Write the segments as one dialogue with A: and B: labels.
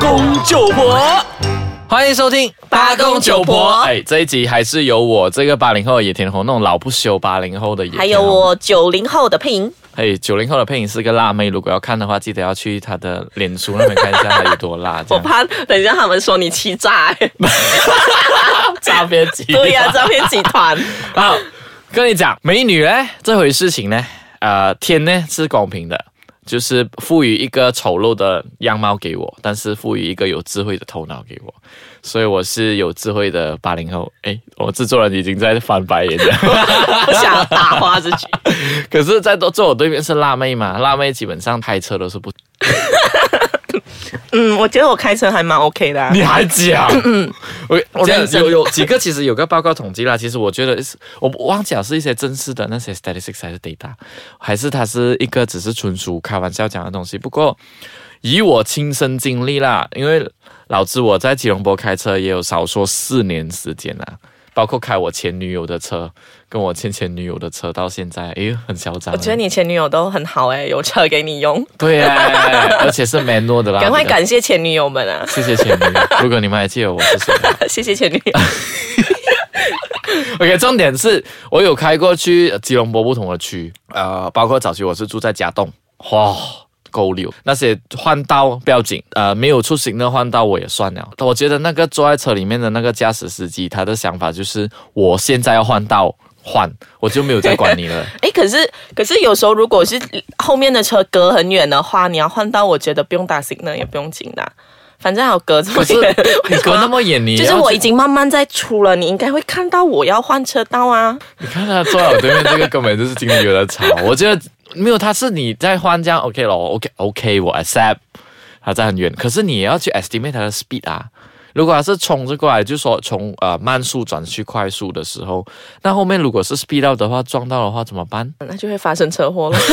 A: 公九婆。
B: 欢迎收听
A: 八公九婆
B: 哎，这一集还是由我这个八零后的野田红，那种老不休八零后的野田红
A: 还有，我九零后的配音，
B: 哎，九零后的配影是个辣妹，如果要看的话，记得要去她的脸书那边看一下她有多辣。这
A: 我
B: 样
A: 怕等一下他们说你欺 诈、欸。
B: 诈骗集团
A: 对呀、诈骗集团。
B: 好，跟你讲，美女呢这回事情呢，呃，天呢是公平的，就是赋予一个丑陋的样貌给我，但是赋予一个有智慧的头脑给我，所以我是有智慧的八零后。诶，我制作人已经在翻白眼了。
A: 不想打花自己，
B: 可是，在坐我对面是辣妹嘛，辣妹基本上开车都是不，
A: 嗯，我觉得我开车还蛮 OK 的、啊。
B: 你还讲？
A: 嗯
B: 我我
A: 这样
B: 讲有有几个其实有个报告统计啦，其实我觉得是我我忘记了是一些真实的那些 statistics 还是 data，还是它是一个只是纯属开玩笑讲的东西。不过以我亲身经历啦，因为老子我在吉隆坡开车也有少说四年时间啦。包括开我前女友的车，跟我前前女友的车，到现在，哎呦，很嚣张啊。
A: 我觉得哦你前女友都很好哎、有车给你用，
B: 对啊，而且是 manual 的啦。
A: 赶快
B: 比较
A: 感谢前女友们啊！
B: 谢谢前女友。如果你们还记得我是谁的话
A: 谢谢前女友。
B: ，OK，重点是我有开过去吉隆坡不同的区，呃，包括早期我是住在家栋，哇。勾留那些换道不要紧，呃，没有出行的换道我也算了。我觉得那个坐在车里面的那个驾驶司机，他的想法就是我现在要换道换，我就没有再管 你了。
A: 哎，可是可是有时候如果是后面的车隔很远的话，你要换到我觉得不用打 signal 也不用紧的啊、反正还有隔这么
B: 可是
A: 远，
B: 你隔那么远，你
A: 就是
B: 要
A: 我已经慢慢在出了，你应该会看到我要换车道啊。
B: 你看他坐在我对面，这个根本就是经理有的吵。我觉得没有，他是你在换这样 OK 咯，OK OK，我 accept。他在很远，可是你也要去 estimate 他的 speed 啊。如果他是冲着过来，就说从呃慢速转去快速的时候，那后面如果是 speed up 的话，撞到的话怎么办？
A: 那就会发生车祸了。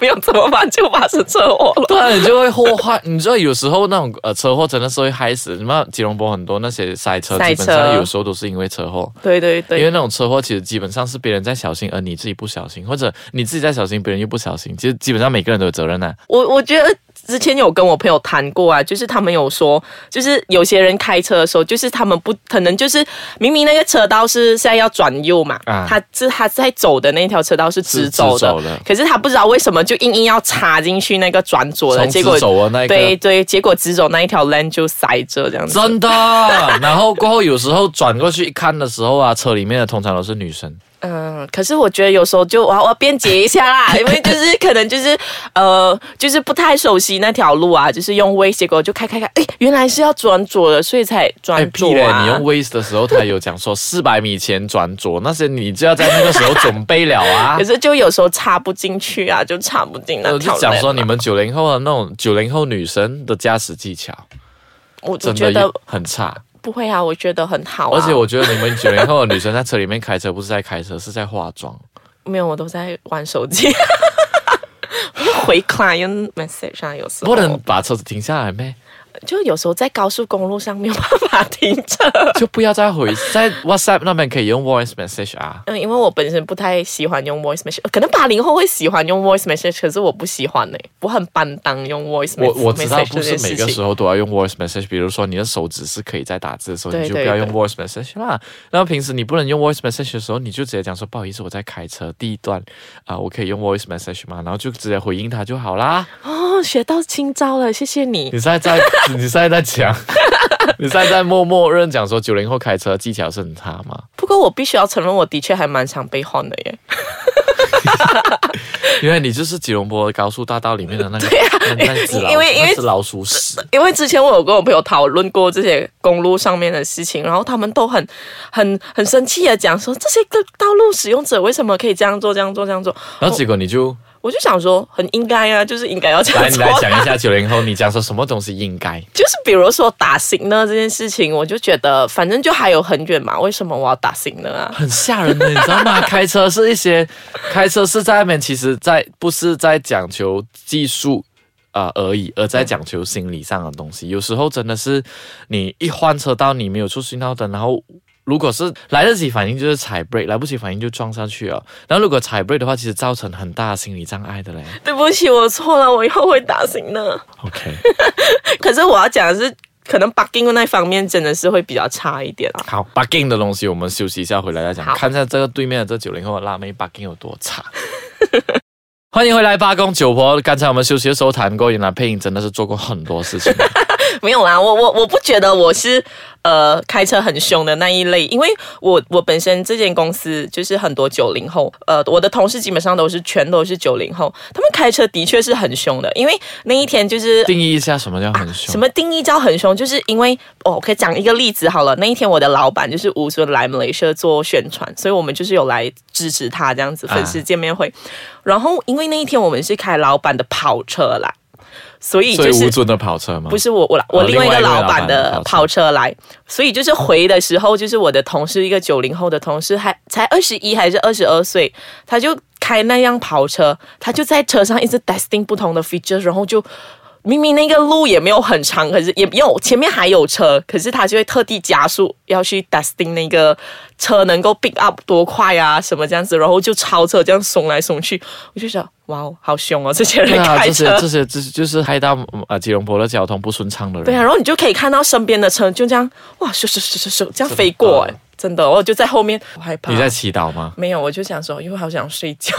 A: 没有怎么办，就发生车祸了。
B: 对啊，你就会祸害。你知道有时候那种呃车祸真的是会害死。你知道吉隆坡很多那些塞车，
A: 塞
B: 基
A: 车
B: 本上有时候都是因为车祸。
A: 对对
B: 因为
A: 对，
B: 那种车祸其实基本上是别人在小心，而你自己不小心，或者你自己在小心，别人又不小心，其实基本上每个人都有责任呐、啊
A: 我我觉得之前有跟我朋友谈过啊，就是他们有说，就是有些人开车的时候，就是他们不可能就是明明那个车道是现在要转右嘛，
B: 啊
A: 他是他在走的那条车道是直走
B: 直
A: 的，
B: 走的
A: 可是他不知道为什么就硬硬要插进去那个转左的，
B: 从
A: 结
B: 直
A: 果
B: 走啊那一
A: 对
B: 个。
A: 对，结果直走那一条 lane 就塞着这样子。
B: 真 的，然后过后有时候转过去一看的时候啊，车里面的通常都是女生，
A: 嗯，可是我觉得有时候就我要我要辩解一下 啦，因为就是可能就是呃，就是不太熟悉那条路啊，就是用 Waze，结果就开开开，哎，原来是要转左的，所以才
B: 哎
A: 转左
B: 屁嘞！
A: 啊。
B: 你用 Waze 的时候，他有讲说四百米前转左，那些你就要在那个时候准备了啊
A: 可。是就有时候插不进去啊，就插不进那
B: 我就
A: 条路。啊
B: 讲说你们九零后的那种九零后女生的驾驶技巧
A: 我我
B: 真
A: 觉得
B: 的很差，
A: 不会啊，我觉得很好、啊。
B: 而且我觉得你们九零后的女生在车里面开车不是在开车，是在化妆。
A: 哦没有，我都在玩手机， 我就回 client message 上有时候
B: 不能把车子停下来咩？
A: 就有时候在高速公路上没有办法停车。
B: 就不要再回在 WhatsApp 那边可以用 voice message 啊。
A: 嗯，因为我本身不太喜欢用 voice message，呃可能八零后会喜欢用 voice message，可是我不喜欢呢、欸我很担当用 voice
B: 我
A: message。
B: 我知道不是每个时
A: 候。
B: 候都要用 voice message，比如说你的手指是可以在打字的时候，
A: 对
B: 你就不要用 voice message 啦。然后平时你不能用 voice message 的时候，你就直接讲说不好意思，我在开车，第一段啊、我可以用 voice message 吗？然后就直接回应他就好 啦。
A: 哦，学到新招了，谢谢你。
B: 你现在在你现在在讲，你现在在默默认讲说九零后开车技巧是很差吗？
A: 不过我必须要承认，我的确还蛮常被换的耶。
B: 因为你就是吉隆坡高速大道里面的那 个，那那只老
A: 啊因为因为
B: 那只老鼠屎。
A: 因为之前我有跟我朋友讨论过这些公路上面的事情，然后他们都很、很、很生气的讲说，这些个道路使用者为什么可以这样做、这样做、这样做？
B: 然后结果你就
A: 我就想说，很应该啊，就是应该 要这样
B: 来，你
A: 做
B: 来
A: 啊。
B: 讲一下九零后，你讲说什么东西应该？
A: 就是比如说打醒呢这件事情，我就觉得反正就还有很远嘛，为什么我要打醒呢啊？
B: 很吓人的，你知道吗？开车是一些，开车是在那边，其实在不是在讲求技术。啊、而已，而在讲求心理上的东西，有时候真的是你一换车道，你没有出信号灯，然后如果是来得及反应就是踩 brake，来不及反应就撞上去了。然后如果踩 brake 的话，其实造成很大的心理障碍的嘞。
A: 对不起，我错了，我以后会打醒呢。
B: OK，
A: 可是我要讲的是，可能 bugging 那一方面真的是会比较差一点啊。
B: 好，bugging 的东西我们休息一下，回来再讲，
A: 好
B: 看一下这个对面的这九零后的辣妹 bugging 有多差。 欢迎回来，八公九婆。刚才我们休息的时候谈过，原来配音真的是做过很多事 情。
A: 没有啦，我我我不觉得我是呃开车很凶的那一类，因为我我本身这间公司就是很多九零后，呃，我的同事基本上都是全都是九零后，他们开车的确是很凶的，因为那一天就是
B: 定义一下什么叫很凶？
A: 什么定义叫很凶，就是因为哦，我可以讲一个例子好了。那一天我的老板就是吴尊来马来西亚做宣传，所以我们就是有来支持他这样子
B: 啊
A: 粉丝见面会。然后因为那一天我们是开老板的跑车来，所以
B: 所
A: 就
B: 以
A: 是
B: 无。尊的跑车吗？
A: 不是我，我我
B: 哦
A: 另外
B: 另外
A: 一个
B: 一位
A: 老
B: 老
A: 板
B: 板的
A: 的
B: 跑
A: 跑车来，所以就是回的时候，就是我的同事一个九零后的同事，还才二十一还是二十二岁，他就开那辆跑车，他就在车上一直 testing 不同的 feature，然后就。明明那个路也没有很长，可是也没有前面还有车，可是他就会特地加速要去 testing 那个车能够 pick up 多快啊什么这样子，然后就超车这样怂来怂去，我就想哇哦好凶哦这些人
B: 对啊，
A: 开
B: 这
A: 车
B: 些，这些这就是害到呃吉隆坡的交通不顺畅的人。
A: 对啊，然后你就可以看到身边的车就这样哇，咻咻咻咻咻这样飞过、哎，真的，我就在后面，我害怕。
B: 你在祈祷吗？
A: 没有，我就想说，因为好想睡 觉，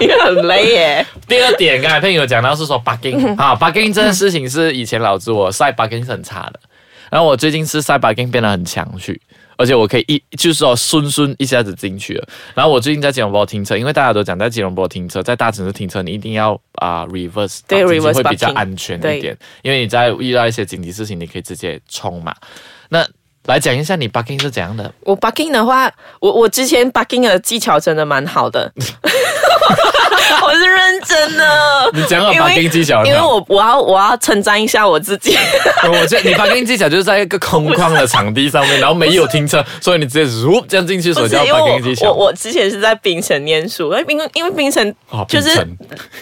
A: 因为很累耶。
B: 第二点，刚才佩影有讲到是说 bugging 啊，bugging 这件事情是以前老子我晒 bugging 是很差的，然后我最近是晒 bugging 变得很强去，而且我可以一就是说顺顺一下子进去了。然后我最近在吉隆坡停车，因为大家都讲在吉隆坡停车，在大城市停车你一定要啊、reverse，
A: 对
B: 打进去
A: reverse
B: 会比较
A: parking
B: 安全
A: 对
B: 一点，因为你在遇到一些紧急事情，你可以直接冲嘛。那来讲一下你 bugging 是怎样的？
A: 我 bugging 的话，我我之前 bugging 的技巧真的蛮好 的，我是认真的。
B: 你讲个
A: 因为
B: bugging 技巧呢，
A: 因为我我要我要称赞一下我自己，
B: 我觉得你发跟技巧就是在一个空旷的场地上面，然后没有停车，所以你直接如这样进去，所
A: 不
B: 以
A: 是
B: 叫
A: 因为
B: 发跟技巧。
A: 我我我之前是在槟城念书，因为槟因为槟城
B: 哦
A: 就是
B: 槟城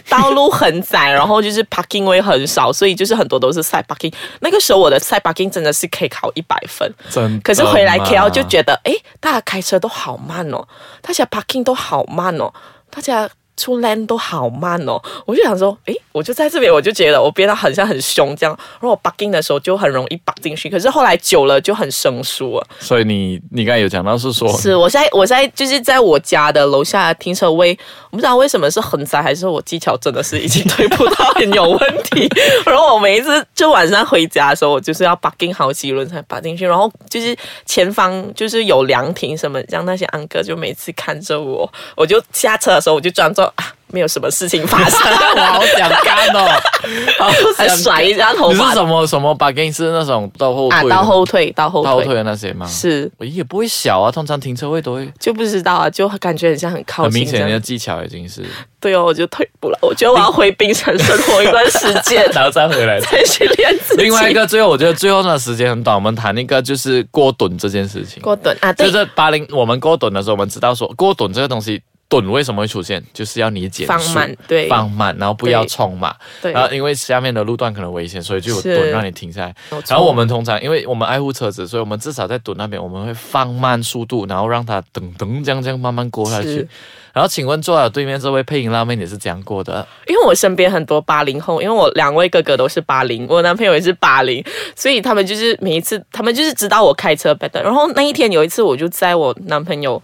A: 道路很窄，然后就是 parking 位很少，所以就是很多都是 side parking。那个时候我的 side parking 真的是可以考一百分，
B: 真的
A: 可是回来
B: 吗
A: KL 就觉得，诶，大家开车都好慢哦，大家 parking 都好慢哦，大家。出 land 都好慢哦，我就想说，诶，我就在这边，我就觉得我变得很像很凶这样，然后我 parking 的时候就很容易 b 进去，可是后来久了就很生疏了。
B: 所以你你刚才有讲到是 说，，
A: 是，我现在我现在就是在我家的楼下停车位，我不知道为什么是横塞，还是我技巧真的是已经退步到很有问题。 然后我每一次就晚上回家的时候，我就是要 bugging 好几轮才 bug 进去，然后就是前方就是有凉亭什么，让那些安哥就每次看着我，我就下车的时候我就装作啊没有什么事情发生
B: 啊 我好想干哦， 好
A: 还
B: 想干
A: 甩一下头
B: 你是
A: 发
B: 什么什么 bugging 是那种到后
A: 啊，
B: 退的
A: 到后退，到后退，
B: 到后退的那些吗？
A: 是
B: 我也不会小啊，通常停车位都会
A: 就不知道啊，就感觉很像很靠
B: 很
A: 近
B: 明
A: 这
B: 显，
A: 样
B: 你的技巧已经是，
A: 对哦，我就退步了。我觉得我要回冰城生活一段时 间
B: ，然后再回来。
A: 再训练自己。
B: 另外一个，最后我觉得最后那时间很短，我们谈一个就是过蹲这件事情。
A: 过顿啊，
B: 就
A: 对，
B: 是八零，我们过蹲的时候，我们知道说过蹲这个东西，蹲为什么会出现，就是要你减速
A: 放慢，对，
B: 放慢，然后不要冲嘛。
A: 对
B: 然，后因为下面的路段可能危险，所以就有
A: 是
B: 蹲让你停下来。
A: 没有错
B: 然后我们通常，因为我们爱护车子，所以我们至少在蹲那边，我们会放慢速度，然后让它噔噔这样这样慢慢过下去
A: 是。
B: 然后请问坐在我对面这位配音辣妹，你是怎样过的？
A: 因为我身边很多八零后，因为我两位哥哥都是八零，我男朋友也是八零，所以他们就是每一次，他们就是知道我开车 b e 然后那一天有一次，我就载我男朋友，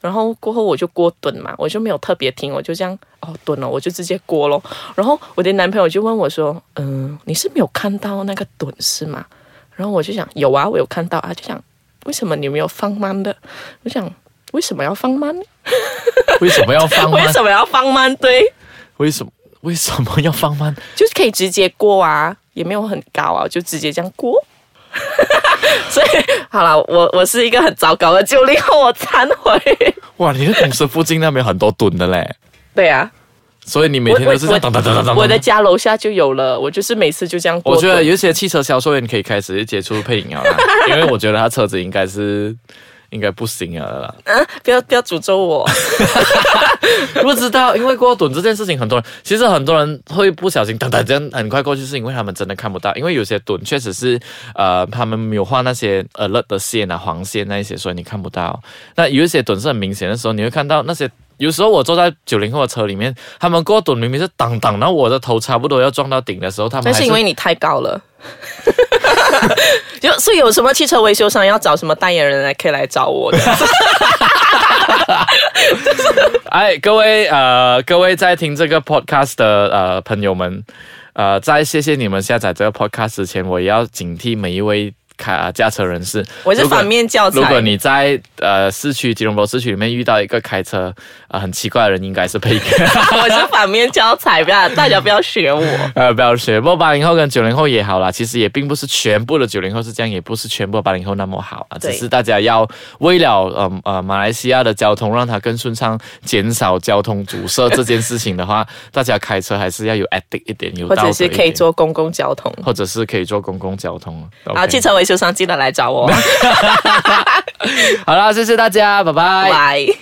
A: 然后过后我就过蹲嘛，我就没有特别停，我就这样哦蹲了，我就直接过咯。然后我的男朋友就问我说：“嗯、你是没有看到那个蹲是吗？”然后我就想有啊，我有看到啊，就想为什么你没有放慢的？ 我想为什么要放慢呢？
B: 为什么要放
A: 为
B: 慢？
A: 什么要放慢？对。
B: 为什么为什么要放慢？
A: 就是可以直接过啊，也没有很高啊，就直接这样过。 所以好了，我我是一个很糟糕的九零后，我忏悔。
B: 哇，你的公司附近那边很多蹲的嘞，
A: 对啊，
B: 所以你每
A: 我
B: 天都是这样噔噔噔噔噔
A: 我
B: 噔。
A: 我的家楼下就有了，我就是每次就这样过。
B: 我觉得有一些汽车销售员可以开始接触配音了啦，因为我觉得他车子应该是应该不行了啦。
A: 啊，不要不要诅咒 我。
B: 不知道，因为过蹲这件事情，很多人其实很多人会不小心噔噔这样很快过去，是因为他们真的看不到，因为有些蹲确实是呃他们没有画那些 alert 的线啊黄线那一些，所以你看不到。那有一些蹲是很明显的时候，你会看到那些有时候我坐在九零后的车里面，他们过墩明明是当当，然后我的头差不多要撞到顶的时候，他们
A: 那
B: 还
A: 是因为你太高了。 就所以有什么汽车维修商要找什么代言人来，可以来找 我的。
B: 哎，各位呃，各位在听这个 podcast 的呃朋友们，呃，在谢谢你们下载这个 podcast 之前，我也要警惕每一位开、呃驾车人士。
A: 我是
B: 如果
A: 反面教材。
B: 如果你在呃市区吉隆坡市区里面遇到一个开车呃很奇怪的人，应该是佩哥。
A: 我是反面教材，不要大家不要学我。
B: 呃，不要学。不过八零后跟九零后也好啦，其实也并不是全部的九零后是这样，也不是全部的八零后那么好啊。
A: 对
B: 只是大家要为了呃呃马来西亚的交通让它更顺畅，减少交通阻塞这件事情的话，大家开车还是要有 ethic 一点，有
A: 或
B: 道德
A: 者
B: 一
A: 是
B: 点
A: 可以，坐公共交通。
B: 或者是可以坐公共交通。
A: 好，汽
B: OK
A: 车维修商记得来找我。
B: 好啦，谢谢大家，拜拜。
A: 拜。